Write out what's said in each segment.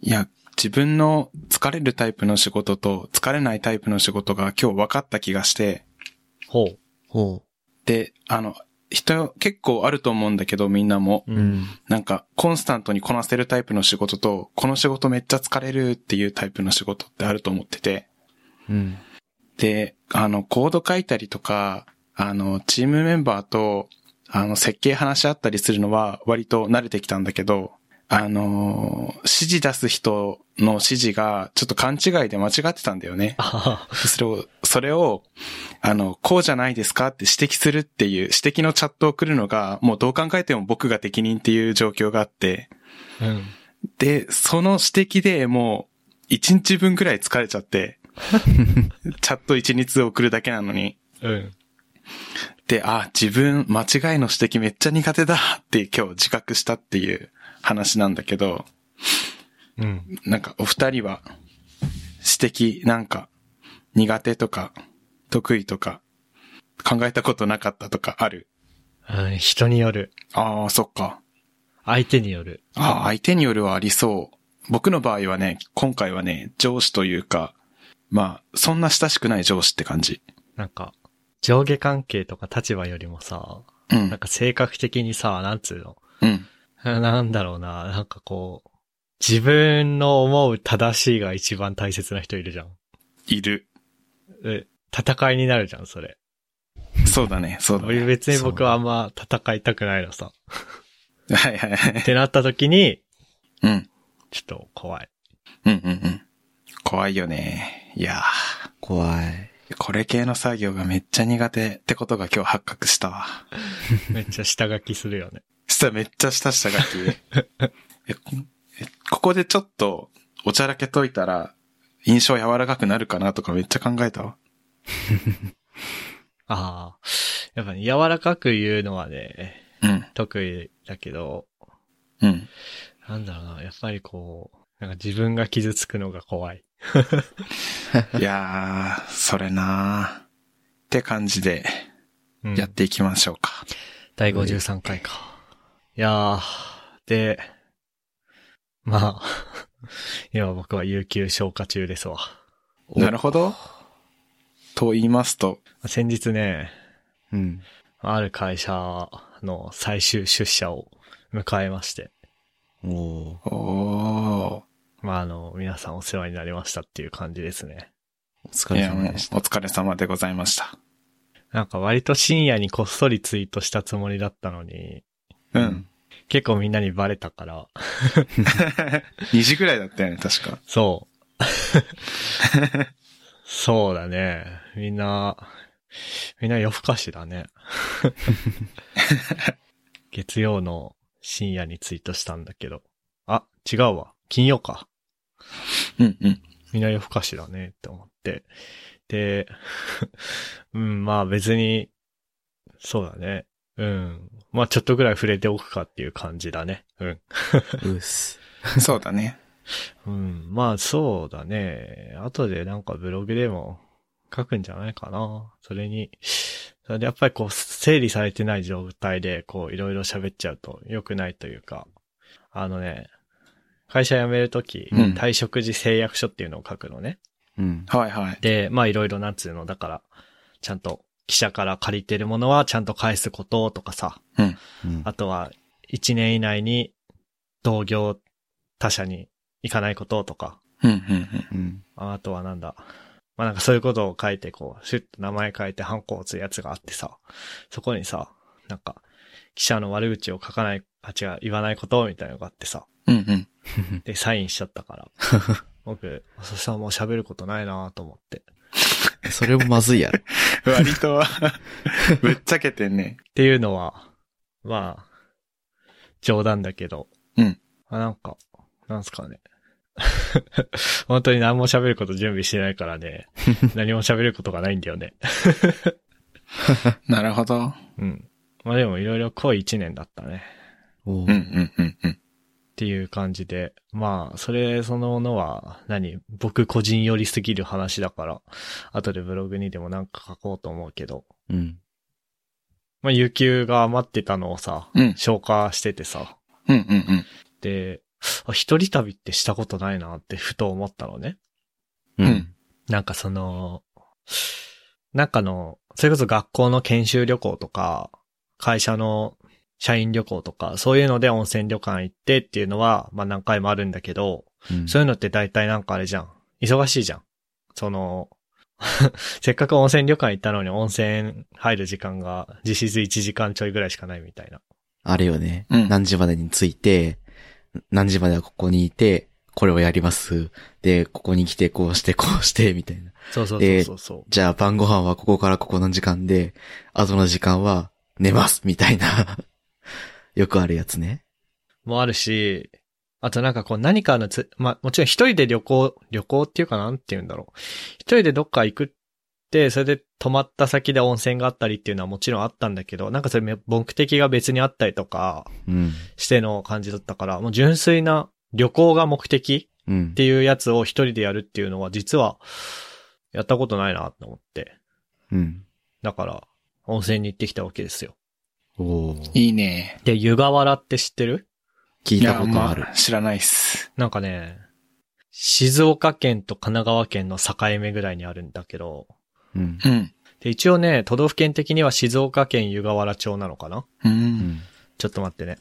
いや、自分の疲れるタイプの仕事と疲れないタイプの仕事が今日分かった気がして、ほう。ほで、あの、人結構あると思うんだけどみんなも、う。う。うんん。なんかコンスタントにこなせるタイプの仕事と、この仕事めっちゃ疲れるっていうタイプの仕事ってあると思ってて、うん。で、あの、コード書いたりとか、あの、チームメンバーと、あの、設計話し合ったりするのは割と慣れてきたんだけど、あの、指示出す人の指示がちょっと勘違いで間違ってたんだよね。ああ、それを、それを、あの、こうじゃないですかって指摘するっていう、指摘のチャットを送るのが、もうどう考えても僕が適任っていう状況があって、うん。で、その指摘でもう、一日分くらい疲れちゃ って、チャット一日送るだけなのに。うん。で、あ、自分、間違いの指摘めっちゃ苦手だって今日自覚したっていう話なんだけど、うん。なんかお二人は、指摘なんか、苦手とか、得意とか、考えたことなかったとかあるうん人による。ああ、そっか。相手による。ああ、相手によるはありそう。僕の場合はね、今回はね、上司というか、まあ、そんな親しくない上司って感じ。なんか、上下関係とか立場よりもさ、うなんん。か性格的にさ、なんつうの。うん。あなんだろうな、なんかこう、自分の思う正しいが一番大切な人いるじゃん。いる。え戦いになるじゃん、それ。そうだね、そうだね。俺別にそ僕うはあんま戦いたくないのさ。はいはいはいっ。てなった時に、うん。ちょっと怖い。うんうんうん。怖いよね。いや怖い。ーこれ系の作業がめっちゃ苦手ってことが今日発覚したわ。めっちゃ下書きするよね。しためっちゃしたしたがき。 えこえここでちょっとおちゃらけといたら印象柔らかくなるかなとかめっちゃ考えたわ。ああ。やっぱね、柔らかく言うのはね、うん。得意だけど、うん。なんだろうな、やっぱりこう、なんか自分が傷つくのが怖い。いやー、それなー。って感じでうんやっていきましょうか。第53回か。いやー、で、まあ、 今僕は有給消化中ですわ。おなるほど。と言いますと、先日ね、うん。ある会社の最終出社を迎えまして、おおおまああの、皆さんお世話になりましたっていう感じですね。お疲ー。いれや、もう様おでした。疲れ様でございました。なんか割と深夜にこっそりツイートしたつもりだったのに、うん。結構みんなにバレたから、 2時ぐらいだったよね、確か。そう。そうだね。みんな、みんな夜更かしだね。月曜の深夜にツイートしたんだけど。あ、違うわ。金曜か。うんうん。 みんな夜更かしだねって思って。で、 うん、まあ別に、そうだね。うん。まあちょっとぐらい触れておくかっていう感じだね。うん。うっす。そうだね。 うん、まあそうだね。後でなんかブログでも書くんじゃないかな。それに、それでやっぱりこう整理されてない状態でこういろいろ喋っちゃうと良くないというか、あのね、会社辞めるとき、うん退職時誓約書っていうのを書くのね。うん。はいはい。で、まあいろいろなんつうの、だから、ちゃんと記者から借りてるものはちゃんと返すこととかさ、うんあとは、1年以内に同業他社に行かないこととか、うんうんうん。ああとはなんだ。まあなんかそういうことを書いて、こう、シュッと名前書いてハンコを押すやつがあってさ、そこにさ、なんか、記者の悪口を書かない、あ、違う、言わないことみたいなのがあってさ、うん。うんうん。で、サインしちゃった から。僕、そしたらもう喋ることないなと思って。それもまずいやろ。割と、 ぶっちゃけてんね。っていうのは、まあ、冗談だけど。うん。あなんか、なんすかね。 本当に何も喋ること準備してないか らね。何も喋ることがないんだよね。なるほど。うん。まあでもいろいろ濃い一年だったね。おうんうーんうんうん。っていう感じで。まあ、それそのものは、何僕個人寄りすぎる話だから、後でブログにでもなんか書こうと思うけど。うん。まあ、有給が余ってたのをさ、うん消化しててさ。うんうんうん。。で、あ一人旅ってしたことないなってふと思ったのね。うんなんかその、なんかの、それこそ学校の研修旅行とか、会社の社員旅行とか、そういうので温泉旅館行ってっていうのは、まあ何回もあるんだけど、うんそういうのって大体なんかあれじゃん。忙しいじゃん。その、 せっかく温泉旅館行ったのに温泉入る時間が実質1時間ちょいぐらいしかないみたいな。あれよね。うん何時までに着いて、何時まではここにいて、これをやります。で、ここに来て、こうして、こうして、みたいな。そうそうそうそうそう。じゃあ晩ご飯はここからここの時間で、あとの時間は寝ます、みたいな。 よくあるやつね。もあるし、あとなんかこう何かのつ、まあもちろん一人で旅行、旅行っていうかなんて言うんだろう。一人でどっか行くって、それで泊まった先で温泉があったりっていうのはもちろんあったんだけど、なんかそれめ目的が別にあったりとかうん。しての感じだったから、もう純粋な旅行が目的うんっ。ていうやつを一人でやるっていうのは実はやったことないなと思って。うん。だから、温泉に行ってきたわけですよ。おお。いいね。で、湯河原って知ってる聞いたことあいるやま。知らないっす。なんかね、静岡県と神奈川県の境目ぐらいにあるんだけど、うん。うん。で、一応ね、都道府県的には静岡県湯河原町なのかなう。うんん。ちょっと待ってね。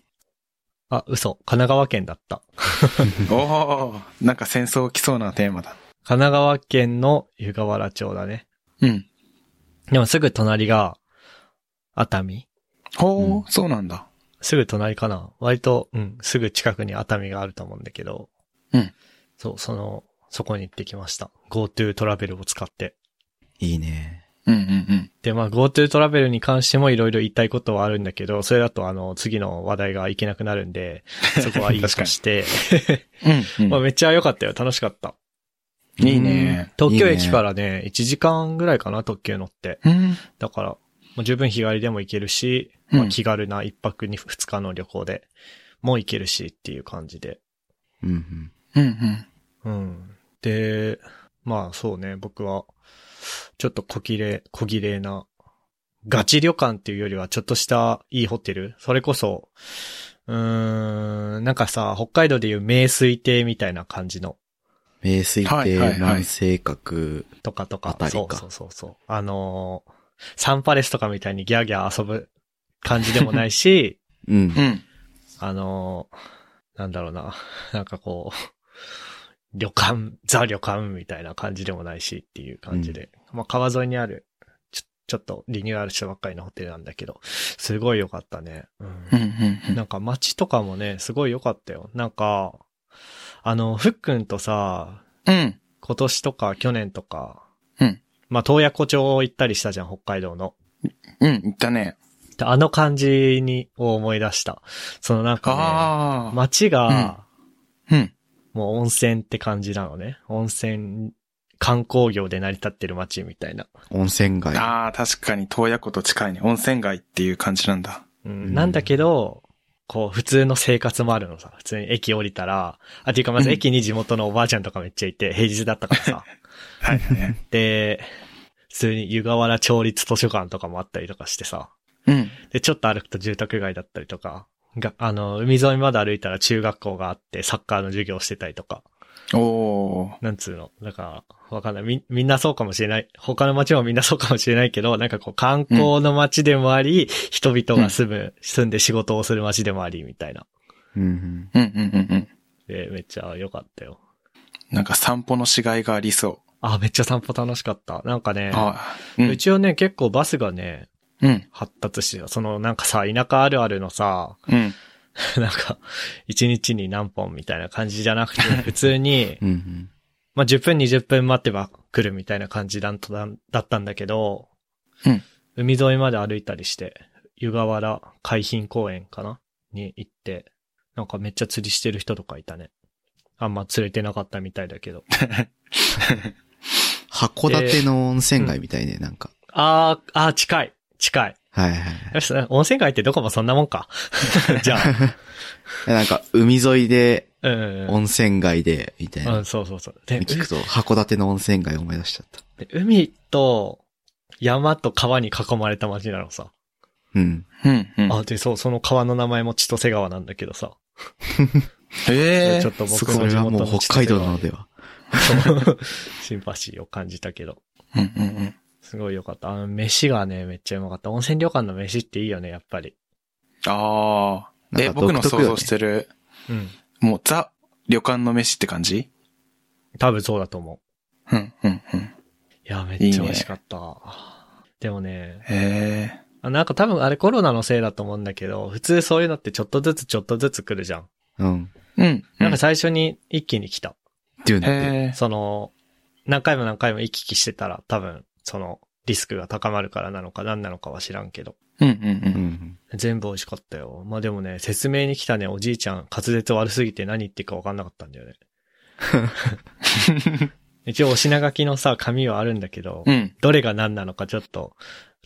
あ、嘘。神奈川県だった。おー、なんか戦争来そうなテーマだ。神奈川県の湯河原町だね。うん。でもすぐ隣が、熱海ほうう、そうなんだ。すぐ隣かな割と、うん、すぐ近くに熱海があると思うんだけど。うん。そう、その、そこに行ってきました。GoTo トラベルを使って。いいね。。うんうんで、まあ GoTo トラベルに関してもいろいろ言いたいことはあるんだけど、それだとあの、次の話題がいけなくなる んで、そこはいいとして、うん。うん、まあめっちゃ良かったよ。楽しかった。いいね。東京駅かららね、1時間ぐらいかな、特急乗って。うん。だから、もう十分日帰りでも行けるし、うんまあ気軽な一泊に二日の旅行でも行けるしっていう感じで。うんうん。うんうん。うん。で、まあそうね、僕は、ちょっと小切れ、小切れな、ガチ旅館っていうよりは、ちょっとしたいいホテルそれこそ、うーん、なんかさ、北海道でいう名水亭みたいな感じの、名水はいはいは亭、い万性閣。とかとあか、たりかそうそうそうそう。あのーサンパレスとかみたいにギャーギャー遊ぶ感じでもない し、うんう。ん。あのーなんだろうな、 なんかこう、旅館、ザ旅館みたいな感じでもないしっていう感じで、まあ川沿いにある、ちょ、ちょっとリニューアルしたばっかりのホテルなんだけど、すごい良かったね。うんうんうんなんか街とかもね、すごい良かったよ。なんか、あの、ふっくんとさ、うん。うん。今年とか去年とか、うんまあ、洞爺湖町行ったりしたじゃん、北海道の。うん。言ったね。であの感じに、を思い出した。そのなんかあね、あ。街が、うん。もう温泉って感じなのね。温泉、観光業で成り立ってる街みたいな。温泉街。ああ、確かに、洞爺湖と近いね。温泉街っていう感じなんだ。うんうんなんだけど、こう、普通の生活もあるのさ。普通に駅降りたら、あ、っていうかまず駅に地元のおばあちゃんとかめっちゃいて、平日だったからさ。はいね。で、普通に湯河原町立図書館とかもあったりとかしてさ。うん。で、ちょっと歩くと住宅街だったりとか、が、あの、海沿いまで歩いたら中学校があって、サッカーの授業をしてたりとか、おー。なんつうの。だから、わかんない。み、みんなそうかもしれない。他の街もみんなそうかもしれないけど、なんかこう、観光の街でもあり、人々が住む、住んで仕事をする街でもあり、みたいな。うんうん。うんうんうんうん。で、めっちゃ良かったよ。なんか散歩のしがいがありそあ、めっちゃ散歩楽しかった。なんかう。ね、ああ。うん。一応ね、結構バスがね、うん。発達してたそのなんかさ、田舎あるあるのさ、 うん。なんか、一日に何本みたいな感じじゃなくて、普通に う、んうん。まあ、10分20分待ってば来るみたいな感じだっただったんだけど、うん海沿いまで歩いたりして、湯河原海浜公園かなに行って、なんかめっちゃ釣りしてる人とかいたね。あんま釣れてなかったみたいだけど。函館の温泉街みたいね、なんか。あー、あー、近い。近い。はいはいはい。よし 温泉街ってどこもそんなもんか。 じゃあ。なんか、海沿いで、うんうんうん。温泉街で、みたいうん、な。そうそうそう。で、聞くと、函館の温泉街思い出しちゃった。で海と山と川に囲まれた街なのさ。うん。うん。うん。あ、で、そう、その川の名前も千歳川なんだけどさ。ええちょっと僕すのごそい。れはもう北海 道なのでは。そうシンパシーを感じたけど。うんうんうん。すごい良かった。あの、飯がね、めっちゃうまかった。温泉旅館の飯っていいよね、やっぱり。ああ。で、なんか僕の独特想よね像してる、うん。もうザ、旅館の飯って感じ多分そうだと思うんうんうん。う。いや、めっちゃ美味しかった。でもね、えあなんか多分あれコロナのせいだと思うんだけど、普通そういうのってちょっとずつちょっとずつ来るじゃん。うん。えうん。なんか最初に一気に来た。っていうのって。ええその、何回も何回も行き来してたら多分、その、リスクが高まるからなのか何なのかは知らんけど。うんうんう。うんん。全部美味しかったよ。まあでもね、説明に来たね、おじいちゃん、滑舌悪すぎて何言ってるか分かんなかったんだよね。一応お品書きのさ、紙はあるんだけど、うん。どれが何なのかちょっと、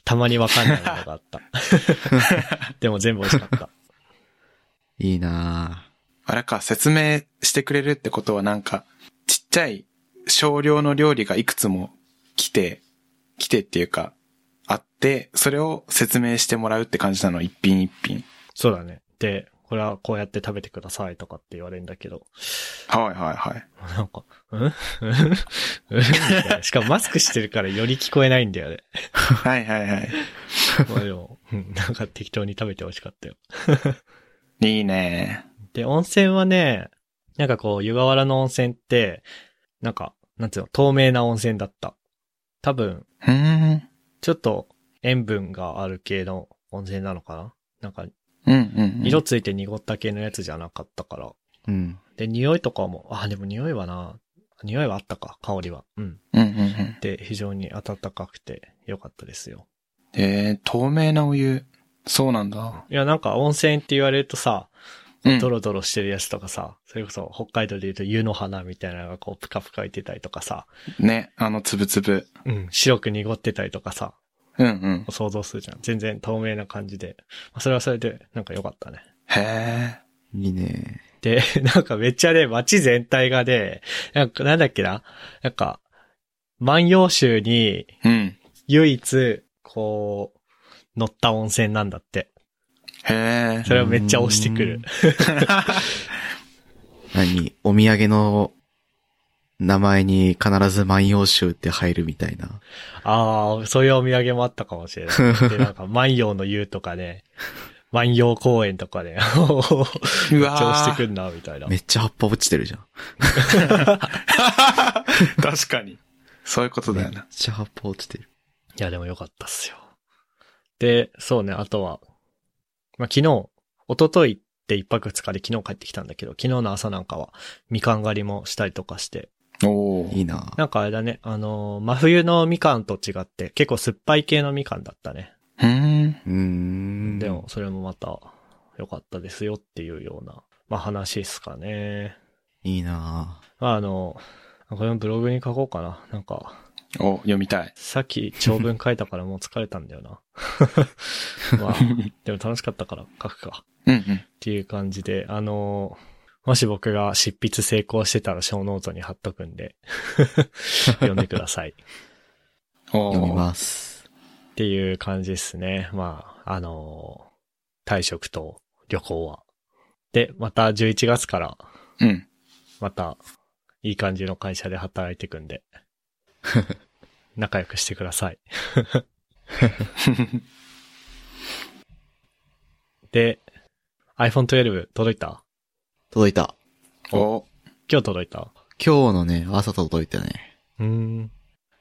たまに分かんないものがあった。でも全部美味しかった。いいなあれか、説明してくれるってことはなんか、ちっちゃい少量の料理がいくつも来て、来てっていうか、あって、それを説明してもらうって感じなの、一品一品。そうだね。で、これはこうやって食べてくださいとかって言われるんだけど、はいはい はい。なんか、んうんみたいなしかもマスクしてるからより聞こえないんだよね。はいはいはい。まあでも、うんなんか適当に食べて美味しかったよ。いいね。で、温泉はね、なんかこう、湯河原の温泉って、なんか、なんつうの、透明な温泉だった。多分、うーん。ちょっと塩分がある系の温泉なのかななんか、うんうん、うん。色ついて濁った系のやつじゃなかったから。うん。で、匂いとかも、あ、でも匂いはな、匂いはあったか、香りは。うん。うんうんうん。で、非常に暖かくて良かったですよ。えー、透明なお湯。そうなんだ。いや、なんか温泉って言われるとさ、うん。ドロドロしてるやつとかさ、それこそ北海道で言うと湯の花みたいなのがこう、ぷかぷかいてたりとかさ、ね、あの、つぶつぶ。うん、白く濁ってたりとかさ、うんうん。想像するじゃん。全然透明な感じで。まあそれはそれで、なんか良かったね。へいいねで、 なんかめっちゃね、街全体がね、なんかなんだっけななんか、万葉集にえ。うん。唯一、こう、乗った温泉なんだって。へえ。それをめっちゃ押してくうるん。何お土産の名前に必ず万葉集って入るみたいな。ああ、そういうお土産もあったかもしれない。で、 なんか万葉の湯とかね、万葉公園とかね、 おーうめっちわゃ押してくる。るな、みたいな。めっちゃ葉っぱ落ちてるじゃん。 確かに。そういうことだよめっな。ちゃ葉っぱ落ちてる。いや、でもよかったっすよ。で、そうね、あとは、まあ、昨日、一昨日って一泊二日で昨日帰ってきたんだけど、昨日の朝なんかは、みかん狩りもしたりとかして、おーいいななんかあれだね、あのー真冬のみかんと違って、結構酸っぱい系のみかんだったね。うーん。うーん。でも、それもまた、良かったですよっていうような、まあ、話っすかね。いいなまあ、あの、これもブログに書こうかな。なんか、お、読みたい。さっき長文書いたからもう疲れたんだよな。まあ、でも楽しかったから書くか。うんうん。っていう感じで、あのーもし僕が執筆成功してたら小ノートに貼っとくんで、 読んでください。っおー読みます。ていう感じですね。まあ、あのー退職と旅行は。で、また11月から、うん。また、いい感じの会社で働いてくんで、仲良くしてください。で、iPhone 12届いた届いた。 お、今日届いた今日のね、朝届いたね。うーん。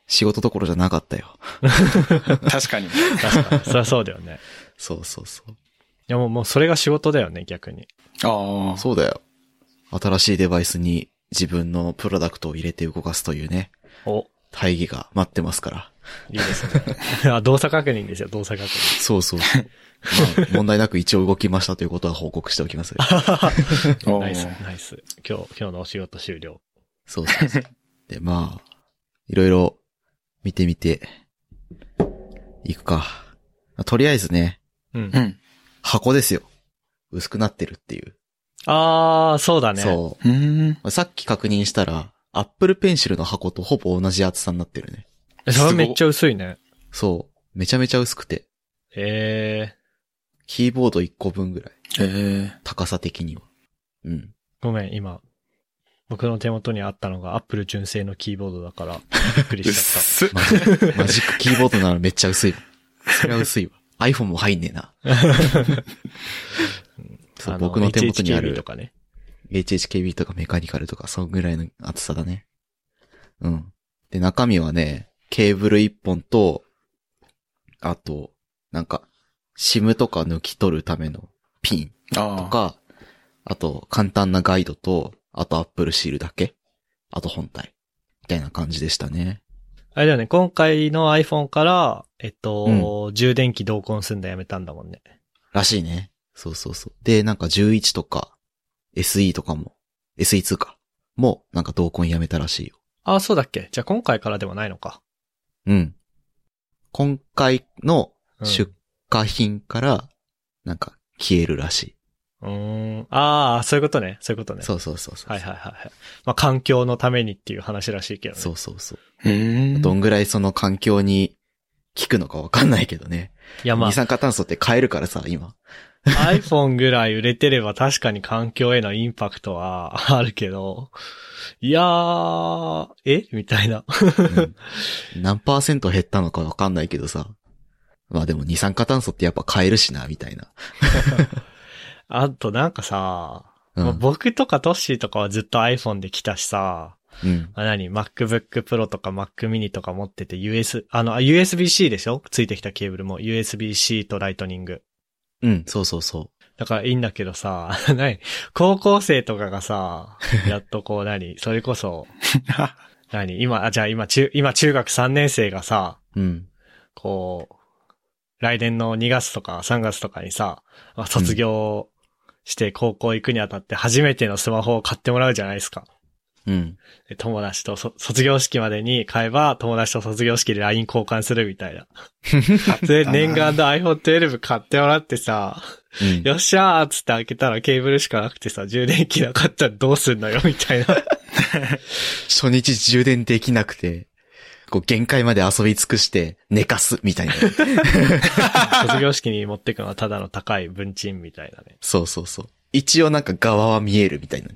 仕事どころじゃなかったよ。確かに。確かに。そりゃそうだよね。そうそうそう。いやもう、もうそれが仕事だよね、逆に。ああ。そうだよ。新しいデバイスに自分のプロダクトを入れて動かすというね、お、大義が待ってますから。いいですね。あ、動作確認ですよ、動作確認。そうそう。まあ、問題なく一応動きましたということは報告しておきますよ。おナイス、ーナイス。今日、今日のお仕事終了。そうそうそう。で、まあ、いろいろ見てみて、いくか。とりあえずね、うんう。ん。箱ですよ。薄くなってるっていう。あー、そうだね。そうーん。う。さっき確認したら、Apple Pencil の箱とほぼ同じ厚さになってるね。う。それめっちゃ薄いね。そう。めちゃめちゃ薄くて。えキーボード1個分ぐらい。ええ高さ的には。うん。ごめん、今。僕の手元にあったのが Apple 純正のキーボードだから、びっくりうっしちゃっす。マジックマジックキーボードならめっちゃ薄い。それは薄いわ。iPhone も入んねえ な。そた。う、あ僕の手元にあ HHKB るとかね。 HHKB とかメカニカルとか、そんぐらいの厚さだね。うん。で、中身はね、ケーブル1本と、あと、なんか、SIM とか抜き取るためのピンとああ。か、あと、簡単なガイドと、あと Apple シールだけ、あと本体、みたいな感じでしたね。あれだよね、今回の iPhone から、えっと、う充電器同梱すんのやめたんだもんね。らしいね。そうそうそう。で、なんか11とか、SE とかも、SE2 か、も、なんか同梱やめたらしいよ。ああ、そうだっけじゃあ今回からではないのか。うん。今回のうん出荷品から、なんか消えるらしうーん。ああ、そういうことね。そういうことい。ね。そうそうそうそう。はいはいはいはい。まあ、環境のためにっていう話らしいけどね。そうそうそう。うーん。どんぐらいその環境に効くのかわかんないけどね。いやまあ 二、酸化炭素って変えるからさ、今。 iPhone ぐらい売れてれば確かに環境へのインパクトはあるけど、いやー、えみたいな。うん何パーセント減ったのかわかんないけどさ。まあでも二酸化炭素ってやっぱ変えるしな、みたいな。あとなんかさ、うまあん。僕とかトッシーとかはずっと iPhone で来たしさ、うん。まあ何 ?MacBook Pro とか Mac mini とか持ってて US、あの、あ USB-C でしょついてきたケーブルも USB-C とライトニング。うん、そうそうそだからいいんだけどさ、 何高校生とかがさ、やっとこう何それこそ、何今、あ、じゃあ今中、今中学3年生がさ、う。うん。こう、来年の2月とか3月とかにさ、まあ卒業して高校行くにあたって初めてのスマホを買ってもらうじゃないですか。うん。で友達とそ卒業式までに買えば友達と卒業式で LINE 交換するみたいな。で、念願の iPhone12 買ってもらってさ、うん。よっしゃーっつって開けたらケーブルしかなくてさ、充電器なかったらどうすんのよみ たいな。初日充電できなくて、こう限界まで遊び尽くして寝かす、みたいな。卒業式に持ってくのはただの高い文鎮みたいなね。そうそうそう。一応なんか側は見えるみたいなね。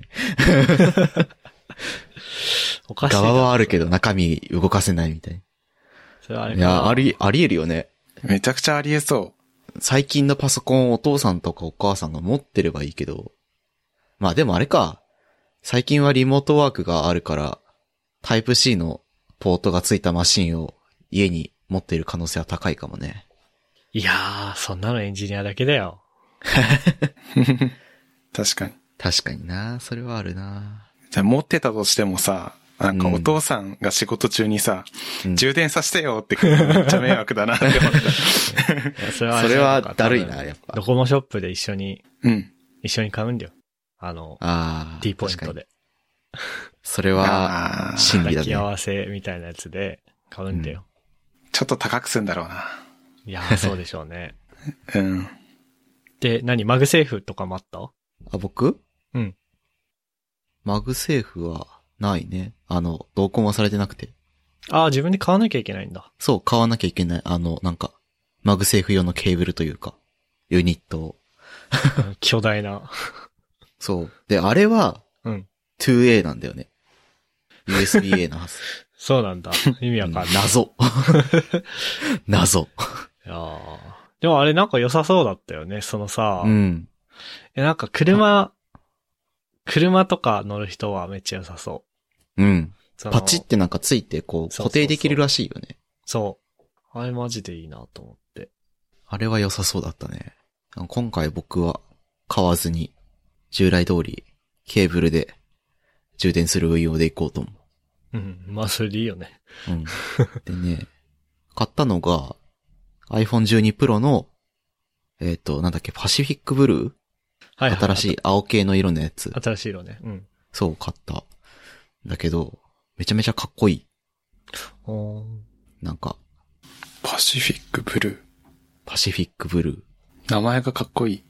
おかしいな。側はあるけど中身動かせないみたいそれはあな。れいかなや、あり、ありえるよね。めちゃくちゃありえそ最近のパソコンをお父さんとかお母さんが持ってればいいけど。まあでもあれか。最近はリモートワークがあるから、タイプ C のポートがついたマシンを家に持っている可能性は高いかもね。いやー、そんなのエンジニアだけだよ。う。 確かに。確かにな。それはあるな。じゃあ持ってたとしてもさ、なんかお父さんが仕事中にさ、うん充電させてよって来るのめっちゃ迷惑だなって思った。いやそれそれはだるいな、ややっっぱ。ドぱ。コモショップで一緒に、うん。一緒に買うんだよ。あの、ああ。 T ポイント確かに。で。それは、あー真抱理だき合ね。わせみたいなやつで買うんだよ。ちょっと高くすんだろうな。いやー、そうでしょうね。うん。で、何マグセーフとかもあったあ、僕うん。マグセーフはないね。あの、同梱はされてなくて。ああ、自分で買わなきゃいけないんだ。 そう、買わなきゃいけない。あの、なんか、マグセーフ用のケーブルというか、ユニットを。うん巨大な。そう。で、あれは、うん。 2A なんだよね。USB-A のはず。 そうなんだ。意味わかんない。 謎。謎。いやーでもあれなんか良さそうだったよね。そのさ、うん。えなんか車、車とか乗る人はめっちゃ良さそう。うん。そのパチってなんかついて、こう、そうそうそう固定できるらしいよね。そう。あれマジでいいなと思って。あれは良さそうだったね。今回僕は、買わずに、従来通り、ケーブルで、充電する運用で行こうと思う。うん。まあ、それでいいよね。 うん。でね、買ったのが、iPhone 12 Pro の、えっ、と、なんだっけ、パシフィックブルー、はい、はい。新しい青系の色のやつあ。。新しい色ね。うん。そう、買った。だけど、めちゃめちゃかっこいい。おーなんか、パシフィックブルパシフィックブルー。ー。名前がかっこいい。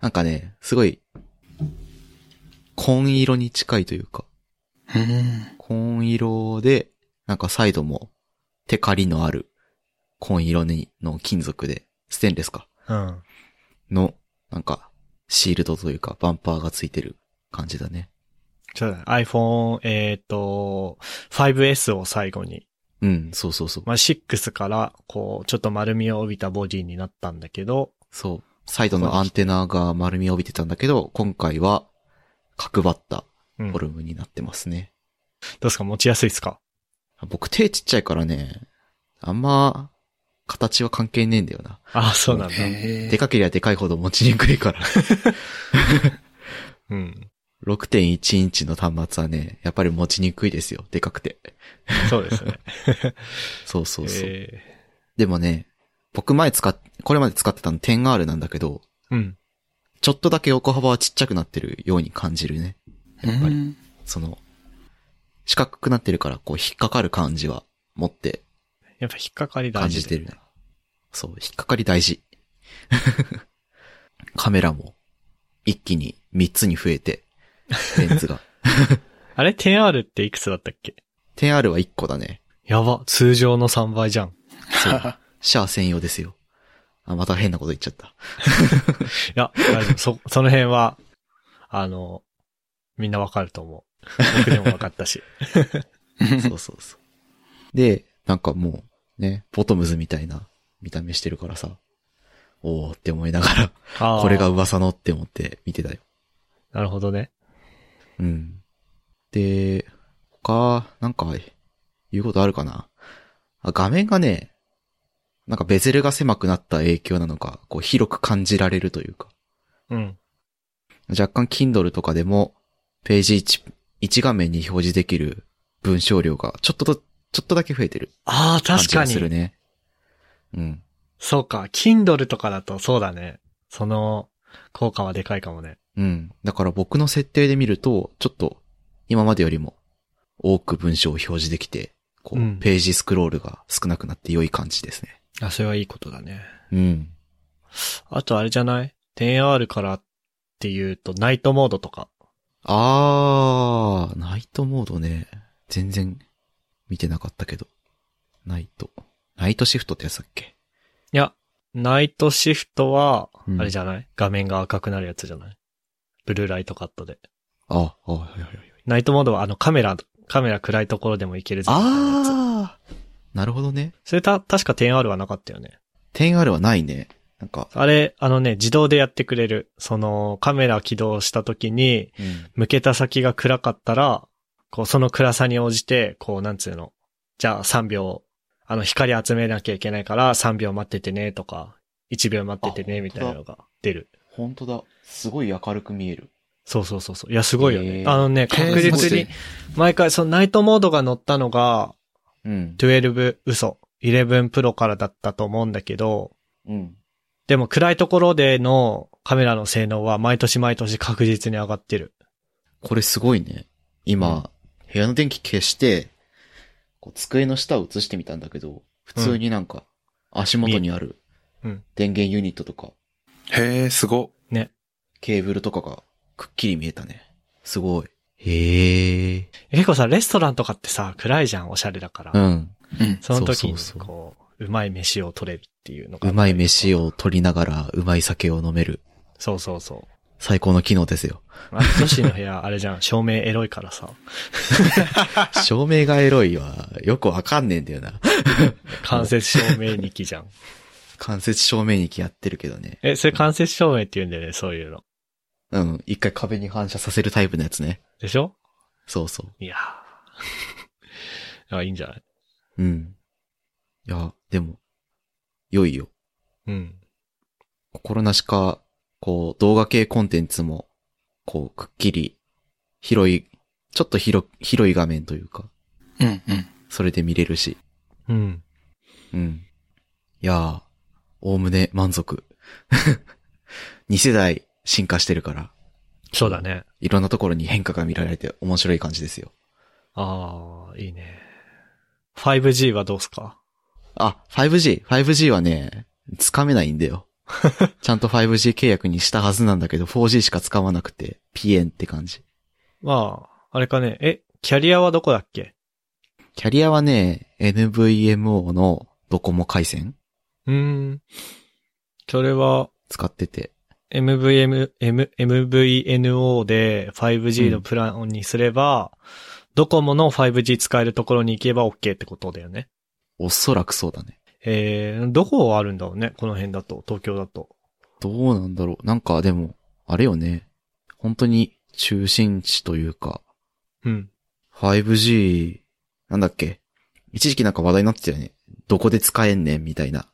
なんかね、すごい、紺色に近いというか、うん。紺色で、なんかサイドも、テカリのある、紺色にの金属で、ステンレスか。うん。の、なんか、シールドというか、バンパーがついてる感じだね。そうだね。iPhone、えっ、と、5S を最後に、うん、そうそうそう。まあ、6から、こう、ちょっと丸みを帯びたボディになったんだけど、そう。サイドのアンテナが丸みを帯びてたんだけど、今回は角張ったうん。フォどうルムになってますね。ですか持ちやすいですか僕手ちっちゃいからね、あんま形は関係ねえんだよな。あ、そうなんだ。へーでかけりゃでかいほど持ちにくいから。うん。 6.1インチの端末はね、やっぱり持ちにくいですよ。でかくて。そうです ね。そうそうそう。えでもね、僕前使っ、これまで使ってたの 10R なんだけど、ーうん。ちょっとだけ横幅はちっちゃくなってるように感じるね。やっぱりうんその、四角くなってるから、こう引っかかる感じは持ってやっぱ引っかかり大感事じだてよるね。ね。そう、引っかかり大事。 カメラも一気に3つに増えて、レンズ が。あれ ?10R っていくつだったっけ 10R は1個だね。やば。通常の3倍じゃん。そう。シャア専用ですよ。あ、また変なこと言っちゃった。いや、大丈夫。そ、 その辺は、あの、みんなわかると思う。僕でもわかったし。 そうそうそう。で、なんかもう、ね、ボトムズみたいな見た目してるからさ、おーって思いながら、あーこれが。噂のって思って見てたよ。なるほどね。うん。で、他、なんか、言うことあるかなあ画面がね、なんかベゼルが狭くなった影響なのか、こう広く感じられるというか、うん。若干 Kindle とかでも、ページ 1, 1画面に表示できる文章量が、ちょっとと、ちょっとだけ増えてるああ、感確じかがするに。ね。うん。そうか。Kindle とかだとそうだね。その、効果はでかいかもね。うん。だから僕の設定で見ると、ちょっと今までよりも多く文章を表示できて、こう、うんページスクロールが少なくなって良い感じですね。あ、それはいいことだね。うん。あとあれじゃない ?10R からっていうと、ナイトモードとか。あー、ナイトモードね。全然見てなかったけど。ナイト。ナイトシフトってやつだっけいや、ナイトシフトはう、んあれじゃない、画面が赤くなるやつじゃないブルーライトカットで。あ、あ、はいはいはい。ナイトモードはあのカメラ、カメラ暗いところでもいけるぞみたいなやつ。あー、なるほどね。それた、確か 10R はなかったよね。 10R はないね。なんか、あれ、あのね、自動でやってくれる。その、カメラ起動した時に、うん。向けた先が暗かったら、こう、その暗さに応じて、こう、なんつうの。じゃあ3秒、あの、光集めなきゃいけないから3秒待っててね、とか、1秒待っててね、あみたいなのが出る。本当だ。すごい明るく見える。そうそうそうそう。いや、すごいよねへ。ーあのね、確実に、。毎回、そのナイトモードが乗ったのが、うん。 12、嘘、11 Pro からだったと思うんだけど、うん。でも暗いところでのカメラの性能は毎年毎年確実に上がってる。これすごいね。今、部屋の電気消して、こう机の下を映してみたんだけど、普通になんか、足元にあるうん、電源ユニットとか、 へえ、すご。ね。ケーブルとかが、くっきり見えたね。すごい。へえ。結構さ、レストランとかってさ、暗いじゃん、おしゃれだから。うん。うん。その時に、こうそうそううまい飯を取れるっていうのが。うまい。飯を取りながら、うまい酒を飲める。そうそうそう。最高の機能です よ。あ女子の部屋、あれじゃん、照明エロいからさ、照明がエロいは、よくわかんねえんだよな。間接照明ニキじゃん。間接照明にやってるけどね。え、それ間接照明って言うんだよね、そういうの。うん。一回壁に反射させるタイプのやつね。でしょそうそう。いやーあ、いいんじゃないうん。いや、でも、良いよ。うん。心なしか、こう、動画系コンテンツも、こう、くっきり、広い、ちょっと広、広い画面というか、うん、うん。それで見れるし。うん。うん。いやー、おおむね満足。2世代進化してるから、そうだね。いろんなところに変化が見られて面白い感じですよ。ああ、いいね。5G はどうすかあ、5G。5G はね、つかめないんだよ。ちゃんと 5G 契約にしたはずなんだけど、4G しか使わなくて、ピエンって感じ。まあ、あれかね。え、キャリアはどこだっけキャリアはね、NVMO のドコモ回線うーん。それは、使ってて。 MVM、M、MVNO で 5G のプランにすれば、ドコモの 5G 使えるところに行けば OK ってことだよね。おそらくそうだね。えー、どこあるんだろうね、この辺だと、東京だと。どうなんだろう。なんかでも、あれよね。本当に中心地というか、うん。 5G、なんだっけ。一時期なんか話題になってたよね。どこで使えんねんみたいな。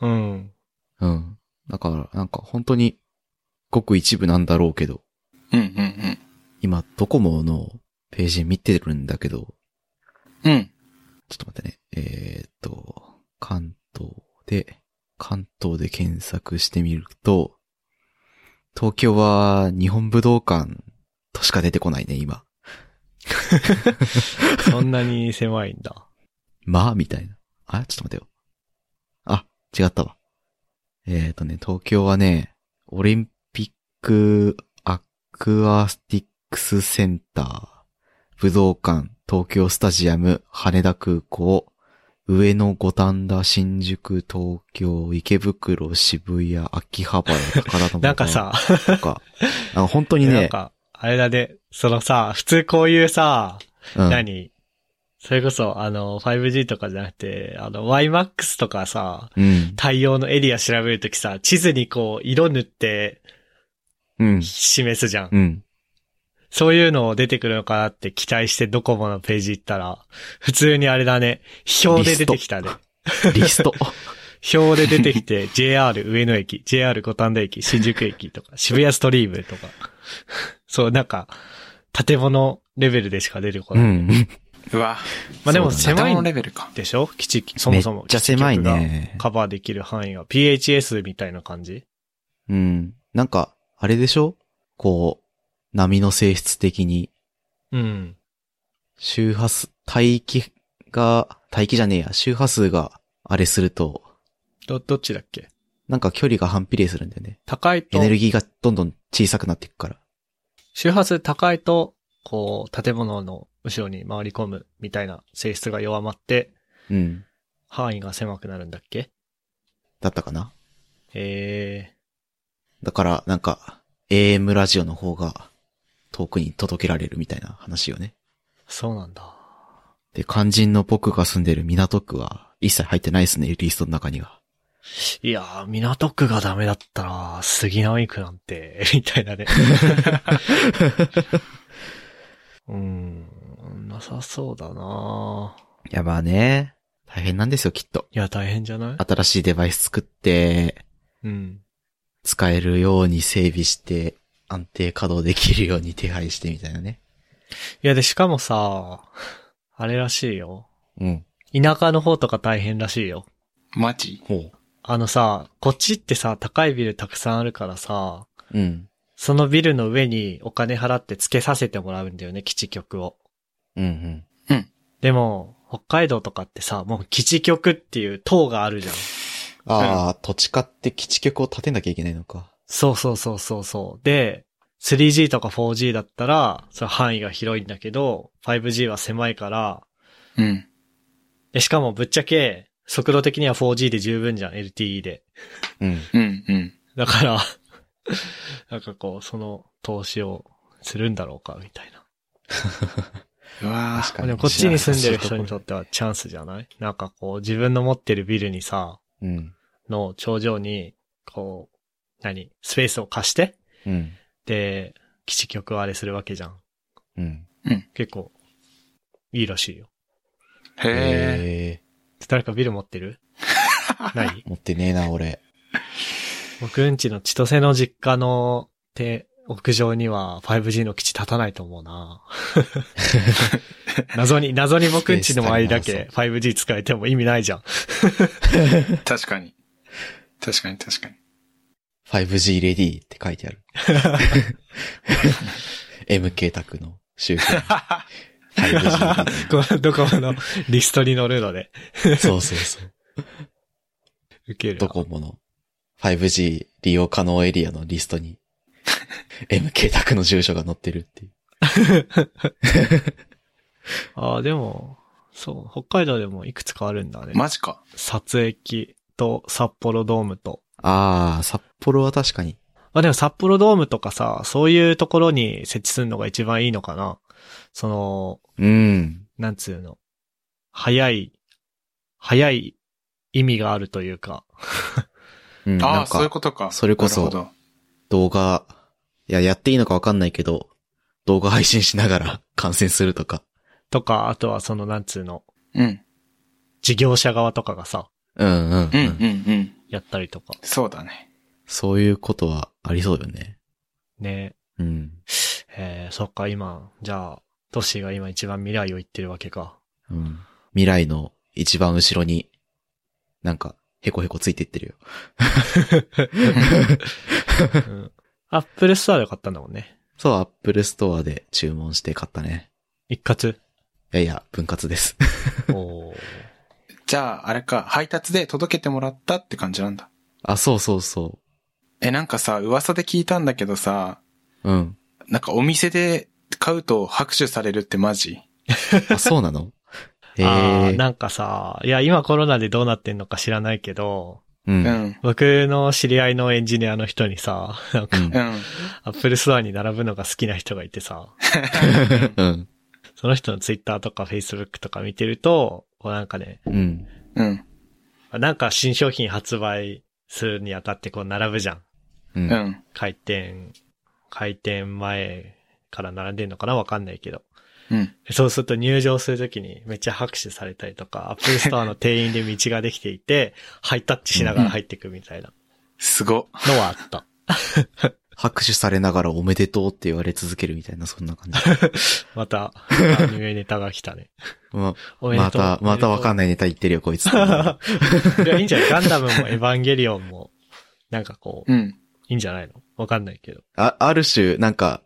うん。うん。だから、なんか本当に、ごく一部なんだろうけど、うんうん今、ドコモのページ見てるんだけど、うん。うん。ちょっと待ってね。えーっと、関東で、関東で検索してみると、東京は日本武道館としか出てこないね、今。そんなに狭いんだ。まあ、みたいな。あ、ちょっと待てよ。あ、違ったわ。えーとね、東京はね、オリンピックアクアスティックスセンター、武道館、東京スタジアム、羽田空港、上野五反田、新宿、東京、池袋、渋谷、秋葉原、高田馬場 なんかさ、とか、あ本当になんね、か、あれだね、そのさ、普通こういうさ、うん、何それこそ、あの、5G とかじゃなくて、あの、YMAX とかさ、うん、対応のエリア調べるときさ、地図にこう、色塗ってうん、示すじゃん。うん。そういうの出てくるのかなって期待してドコモのページ行ったら、普通にあれだね、表で出てきたね。リ スト。表で出てきて、JR 上野駅、JR 五反田駅、新宿駅とか、渋谷ストリームとか。そう、なんか、建物レベルでしか出てこうない。ん。うわ。まあでもそうだ狭い頭んのレベルか。でしょ基地、そもそも。めっちゃ狭いね。カバーできる範囲が PHS みたいな感じうん。なんか、あれでしょこう、波の性質的に、うん。周波数、帯域が、帯域じゃねえや、周波数が、あれすると、ど、どっちだっけなんか距離が反比例するんだよね。高いエと、ネルギーがどんどん小さくなっていくから。周波数高いと、こう、建物の後ろに回り込むみたいな性質が弱まって、うん。範囲が狭くなるんだっけだったかなえだから、なんか、AM ラジオの方が、遠くに届けられるみたいな話よね。ー、そうなんだ。で、肝心の僕が住んでる港区は、一切入ってないですね、リストの中には。いやー、港区がダメだったら、杉並区なんて、 みたいなね。うーん、なさそうだなーいやばあね。大変なんですよ、きっと。いや、大変じゃない新しいデバイス作って、うん。使えるように整備して、安定稼働できるように手配してみたいなね。いや、で、しかもさ、あれらしいよ。うん。田舎の方とか大変らしいよ。マジほあのさ、こっちってさ、高いビルたくさんあるからさ、う。うん。そのビルの上にお金払って付けさせてもらうんだよね、基地局を。うんうん。でも、北海道とかってさ、もう基地局っていう塔があるじゃん。ああ、土地買って基地局を建てなきゃいけないのか。そうそうそうそうそう。で、3G とか 4G だったら、それ範囲が広いんだけど、5G は狭いから、うん。でしかもぶっちゃけ、速度的には 4G で十分じゃん、LTE で。うん。うんうん。だから、 なんかこう、その投資をするんだろうか、みたいな。うわ確まかあにでもこっちに住んでる人にとってはチャンスじゃないなんかこう、自分の持ってるビルにさ、うん。の頂上に、こう、何スペースを貸して、うん。で、基地局をあれするわけじゃん。うん。結構、いいらしいよ。へえ。え誰かビル持ってるないー。持ってねえな、俺。僕んちの千歳の実家のて屋上には 5G の基地立たないと思うな謎に、謎に僕んちの周りだけ 5G 使えても意味ないじゃん。 確かに。確かに確かに。 5G レディーって書いて ある。MK 宅の集計。5G レこのドコモのリストに乗るので、 ディー。そうそうそう。受けるドな。コモの 5G 利用可能エリアのリスト に MK 宅の住所が載ってるっていう。ああ、でも、そう、北海道でもいくつかあるんだね。マジか。撮影機と札幌ドームとああ、札幌は確かに。まあでも札幌ドームとかさ、そういうところに設置するのが一番いいのかな。その、うん。なんつうの。早い、早い意味があるというか。うん、あなあ、んそういうかことか。それこそなるほど動画、いや、やっていいのかわかんないけど、動画配信しながら 観戦するとか。とか、あとはその、なんつうの。うん。事業者側とかがさ、うんうん、うん、うん、うん、うん。やったりとか。そうだ ね。そういうことはありそうよね。ねうん。えー、そっか、今、じゃあ、トッシーが今一番未来を言ってるわけか。うん。未来の一番後ろに、なんか、へこへこついていってるよ。うん。 アップルストアで買ったんだもんね。そう、アップルストアで注文して買ったね。一括。いやいや、分割です。おーじゃあ、あれか、配達で届けてもらったって感じなんだ。あ、そうそうそえ、なんかさ、噂で聞いたんだけどさ、う。うん。なんかお店で買うと拍手されるってマジあ、そうなのええあーー。なんかさ、いや、今コロナでどうなってんのか知らないけど、う。うんん。僕の知り合いのエンジニアの人にさ、なんかうんう。ん。アップルストアに並ぶのが好きな人がいてさ、うん。その人のツイッターとかフェイスブックとか見てると、こうなんかね、うん。 うん。なんか新商品発売するにあたってこう並ぶじゃん。うう。んん。開店、開店前から並んでんのかなわかんないけど。うん。そうすると入場するときにめっちゃ拍手されたりとか、アップルストアの店員で道ができていて、ハイタッチしながら入っていくみたいなすごっ。のはあった。拍手されながらおめでとうって言われ続けるみたいな、そんな感じ。また、ア ニメネタが来たね。まおめでまとう。た、またわかんない。ないネタ言ってるよ、こいつ。 いや、いいんじゃないガンダムもエヴァンゲリオンも、なんかこう、うん。いいんじゃないのわかんないけど。あ、ある種、なんか、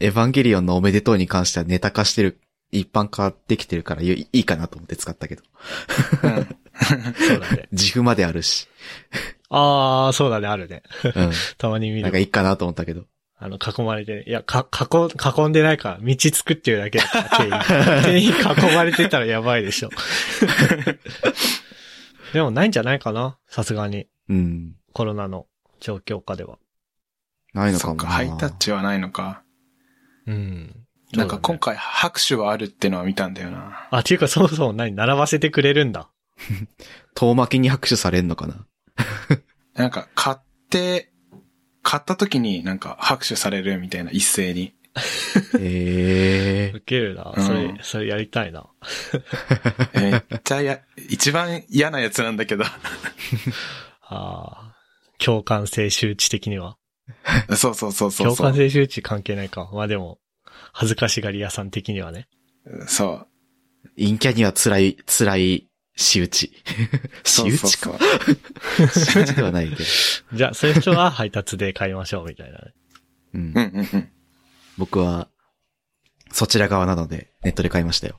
エヴァンゲリオンのおめでとうに関してはネタ化してる、一般化できてるからいいいいかなと思って使ったけど。。うん。そうだね 自負まであるし。あー、そうだね、あるね。うたまに見ん。るなんか。いいかなと思ったけど。あの、囲まれて、いや、か、囲、囲んでないから、道作ってるだけだ から、店員。店員囲まれてたらやばいでしょ。 でもないんじゃないかなさすがに、うん。コロナの状況下では。ないのかそもっな。か、ハイタッチはないのか。うん。なんか今回回。拍手はあるってのは見たんだよな。あ、っていうかそもそも何並ばせてくれるんだ。遠巻きに拍手されんのかな。なんか買って、買った時になんか拍手されるみたいな一斉に。ええ受けるな。うんそれ、それやりたいな。えめっちゃや、一番嫌なやつなんだ けど。あー共感性周知的には。そうそうそうそう共そ感う。性周知関係ないか。まあでも、恥ずかしがり屋さん的にはね。そう。陰キャには辛い、辛い仕打ち。そ仕う 打そうちか。そう。仕打ちではないけど。 じゃあ、そういう人は配達で買いましょう、みたいなね。 うんうんうんうん。僕は、そちら側なので、ネットで買いましたよ。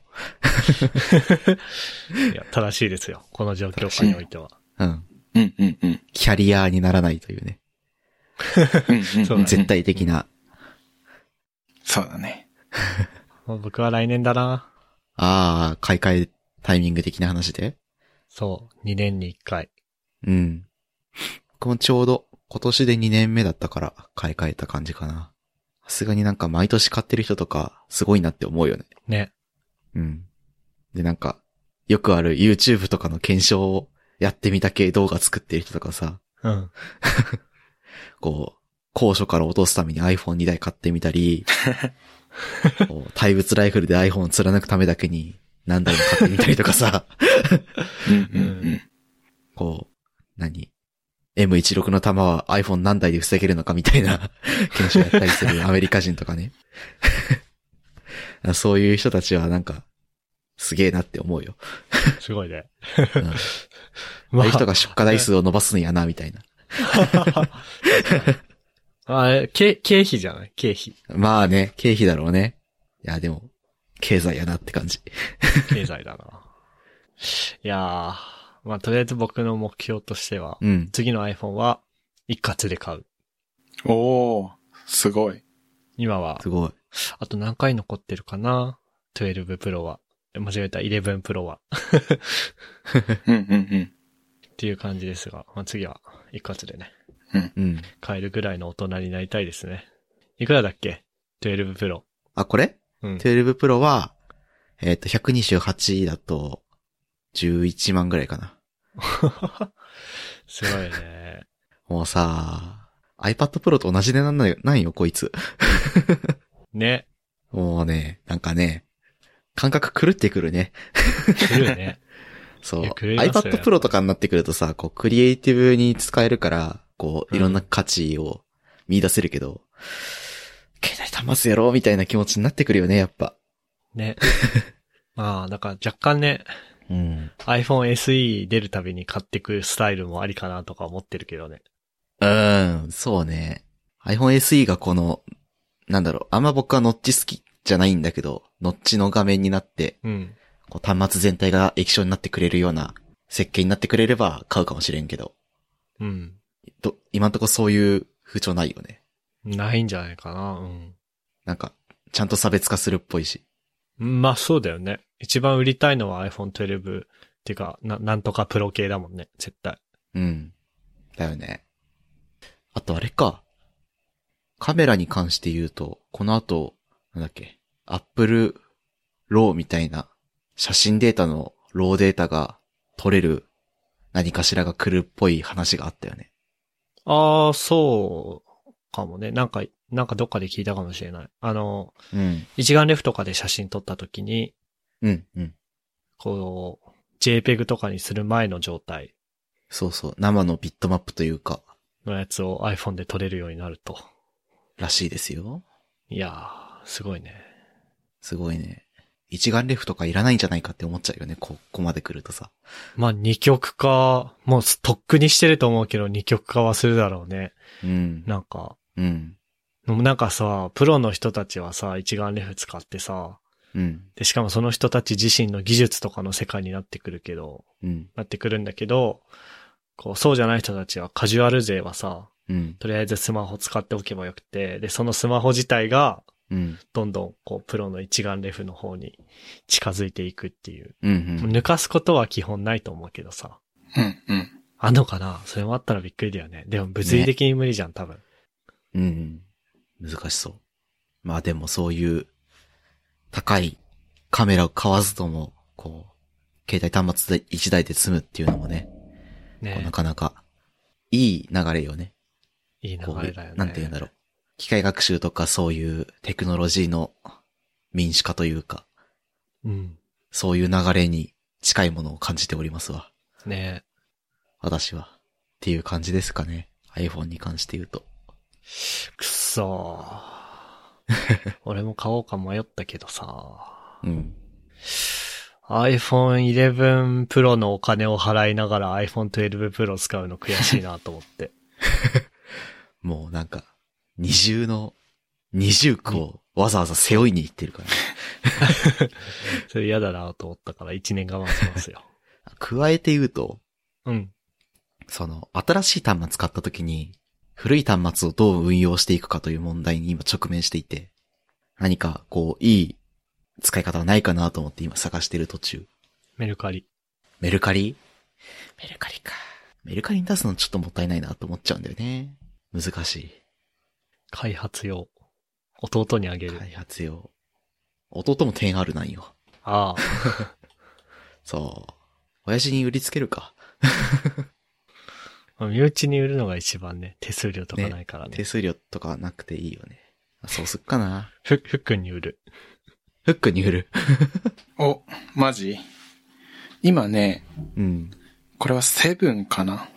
いや、正しいですよ。この状況下においては。うん。うんうんうん。キャリアにならないといううんうね。んそうだね絶。対的な。そうだね。もう僕は来年だな。ああ、買い替えタイミング的な話で。そう。2年に1回。うん。僕もちょうど今年で2年目だったから買い替えた感じかな。さすがになんか毎年買ってる人とかすごいなって思うよね。ね。うん。で、なんか、よくある YouTube とかの検証をやってみた系動画作ってる人とかさ、うん。こう、高所から落とすために iPhone2 台買ってみたり、こう対物ライフルで iPhone を貫くためだけに何台も買ってみたりとかさ、うんうんこう、何 ?M16 の弾は iPhone 何台で防げるのかみたいな検証やったりするアメリカ人とかね。そういう人たちはなんか、すげえなって思うよ。すご いね。う ん、ああいう人が出荷台数を伸ばすんやな、みたいな。あれ、経、経費じゃない経費。まあね、経費だろうね。いや、でも、経済やなって感じ。経済だな。いやー。まあ、とりあえず僕の目標としては、うん。次の iPhone は一括で買う。うん。おー、すごい。今はす、ごい。あと何回残ってるかな ?12 Pro は。え間違えた、11 Pro は。うんうんうん。っていう感じですが、まあ、次は一括でね。うん。買えるぐらいの大人になりたいですね。いくらだっけ ?12 プロ。あ、これうん。 ?12 Pro は、えっ、と、128だと、11万ぐらいかな。 すごいね。もうさ、iPad Pro と同じ値段なんよなんよ、こいつ。ね。もうね、なんかね、感覚狂ってくるね。するね。そう。いや狂いますよ iPad Pro とかになってくるとさ、こう、クリエイティブに使えるから、こう、いろんな価値を見出せるけど、携帯端末やろうみたいな気持ちになってくるよね、やっぱ。ね。まあ、なんか若干ね、うん。 iPhone SE 出るたびに買ってくスタイルもありかなとか思ってるけどね。うん、そうね。iPhone SE がこの、なんだろう、あんま僕はノッチ好きじゃないんだけど、ノッチの画面になって、うん。こう端末全体が液晶になってくれるような設計になってくれれば買うかもしれんけど、うん。ど今んとこそういう風潮ないよね。ないんじゃないかな。うん。なんか、ちゃんと差別化するっぽいし。まあそうだよね。一番売りたいのは iPhone 12っていうか、な、なんとかプロ系だもんね。絶対。うん。だよね。あとあれか。カメラに関して言うと、この後、なんだっけ、Apple RAW みたいな、写真データの RAW データが取れる何かしらが来るっぽい話があったよね。ああ、そうかもね。なんか、なんかどっかで聞いたかもしれない。あの、うん。一眼レフとかで写真撮った時に、うん、うん。こう、JPEG とかにする前の状態そうそう。生のビットマップというか、のやつを iPhone で撮れるようになると。らしいですよ。いやー、すごいね。すごいね。一眼レフとかいらないんじゃないかって思っちゃうよね。ここまで来るとさ。まあ、二極化、もうとっくにしてると思うけど、二極化はするだろうね。うん。なんか、うん。なんかさ、プロの人たちはさ、一眼レフ使ってさ、うん。で、しかもその人たち自身の技術とかの世界になってくるけど、うん。なってくるんだけど、こう、そうじゃない人たちはカジュアル勢はさ、うん。とりあえずスマホ使っておけばよくて、で、そのスマホ自体が、うん。どんどん、こう、プロの一眼レフの方に近づいていくっていう。うん。うん。抜かすことは基本ないと思うけどさ。うん、うん。あんのかなそれもあったらびっくりだよね。でも物理的に無理じゃん、多分。うん。難しそう。まあでもそういう高いカメラを買わずとも、こう、携帯端末で1台で済むっていうのもね、こうなねかなかいい流れよね。いい流こうれだよね。なんて言うんだろう。機械学習とかそういうテクノロジーの民主化というか、う。うん。そういう流れに近いものを感じておりますわ。ね私は。っていう感じですかね。iPhone に関して言うと。くっそー。 俺も買おうか迷ったけどさ。うん。 iPhone 11 Pro のお金を払いながら iPhone 12 Pro 使うの悔しいなと思って。 もうなんか、二重の、二重苦をわざわざ背負いに行ってるから、ね。それ嫌だなと思ったから1年我慢しますよ。 加えて言うと、うん。その、新しい端末買った時に、古い端末をどう運用していくかという問題に今直面していて、何かこう、いい使い方はないかなと思って今探してる途中。メルカリ。メルカリメルカリか。メルカリに出すのちょっともったいないなと思っちゃうんだよね。難しい。開発用。弟にあげる。開発用。弟も 10R なんよ。ああ。そう。親父に売りつけるか。まあ身内に売るのが一番ね、手数料とかないからね。手数料とかなくていいよね。あそうすっかな。ふ、ふっくんに売る。フックに振る。お、マジ今ね、うん。これはセブンかな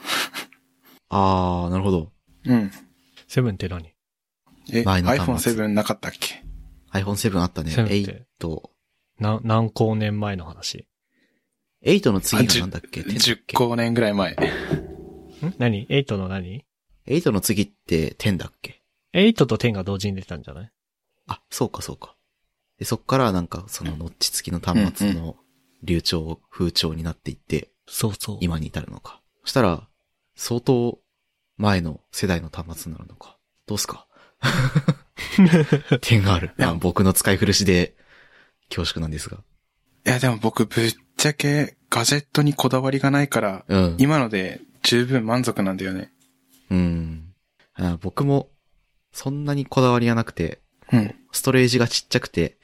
あー、なるほど。うん。セブンって何え、前の端末 iPhone7 なかったっけ iPhone7 あったね。セブンって8。な、何光年前の話。 8の次がなんだっけ ?10 ?10 光年ぐらい前。ん何 ?8 の何8の次って10だっけ ?8 と10が同時に出たんじゃないあ、そうかそうか。で、そっからなんかそのノッチ付きの端末の流暢、風潮になっていって、そうそう。今に至るのか。そしたら、相当前の世代の端末になるのか。どうすか点がある。まあ僕の使い古しで恐縮なんですが。いや、でも僕、ぶっちゃけ、ガジェットにこだわりがないから、うん。今ので十分満足なんだよね。うん。あ僕も、そんなにこだわりがなくて、うん。ストレージがちっちゃくて、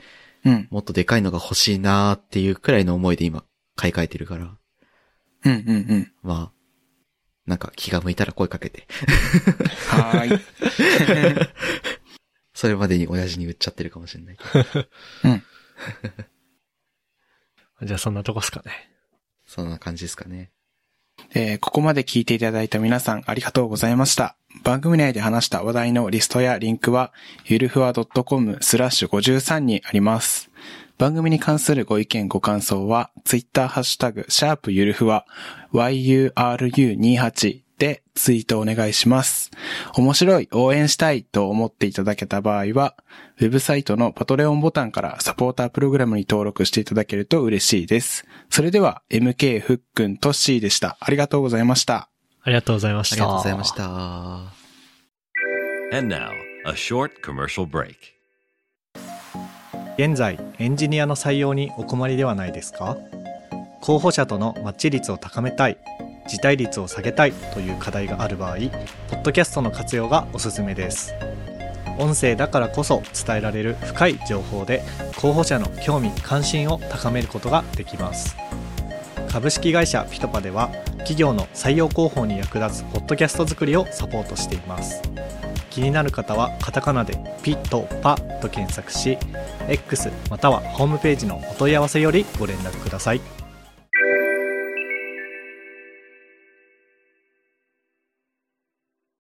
うん。もっとでかいのが欲しいなーっていうくらいの思いで今、買い替えてるから、うん。うん。うん。まあ、なんか気が向いたら声かけて、はーい。 それまでに親父に売っちゃってるかもしれないけど。じゃあそんなとこっすかね。そんな感じですかね。えーここまで聞いていただいた皆さんありがとうございました。番組内で話した話題のリストやリンクは、ゆるふわ .com スラッシュ53にあります。番組に関するご意見ご感想は、ツイッターハッシュタグ、シャープゆるふわ、yuru28 でツイートお願いします。面白い、応援したいと思っていただけた場合は、ウェブサイトのパトレオンボタンからサポータープログラムに登録していただけると嬉しいです。それでは、MK ふっくんとっしーでした。ありがとうございました。ありがとうございました。ありがとうございまし。た。 And now, a short commercial break. 現在エンジニアの採用にお困りではないですか候補者とのマッチ率を高めたい辞退率を下げたいという課題がある場合ポッドキャストの活用がおすすめです音声だからこそ伝えられる深い情報で候補者の興味関心を高めることができます株式会社ピトパでは企業の採用広報に役立つポッドキャスト作りをサポートしています気になる方はカタカナでピトパと検索し X またはホームページのお問い合わせよりご連絡ください。